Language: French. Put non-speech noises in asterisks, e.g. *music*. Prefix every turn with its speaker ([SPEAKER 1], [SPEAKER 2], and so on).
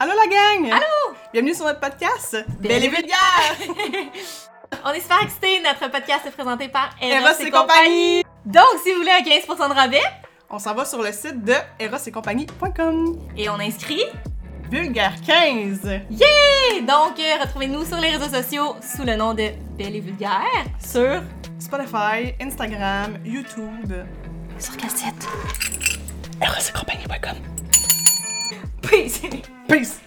[SPEAKER 1] la gang!
[SPEAKER 2] Allô!
[SPEAKER 1] Bienvenue sur notre podcast
[SPEAKER 2] Belle
[SPEAKER 1] Belle
[SPEAKER 2] et
[SPEAKER 1] et vulgaire!
[SPEAKER 2] *laughs* On est super excités, notre podcast est présenté par Eros,
[SPEAKER 1] Eros
[SPEAKER 2] et
[SPEAKER 1] et
[SPEAKER 2] compagnie. Donc, si vous voulez un 15% de rabais
[SPEAKER 1] On s'en va sur le site de erosetcompagnie.com
[SPEAKER 2] et on inscrit,
[SPEAKER 1] Vulgaire 15
[SPEAKER 2] et donc euh, retrouvez-nous sur les réseaux sociaux sous le nom de Belle et Vulgaire sur
[SPEAKER 1] Spotify, Instagram, YouTube.
[SPEAKER 2] sur cassette.
[SPEAKER 1] erosetcompagnie.com
[SPEAKER 2] Peace.
[SPEAKER 1] Peace!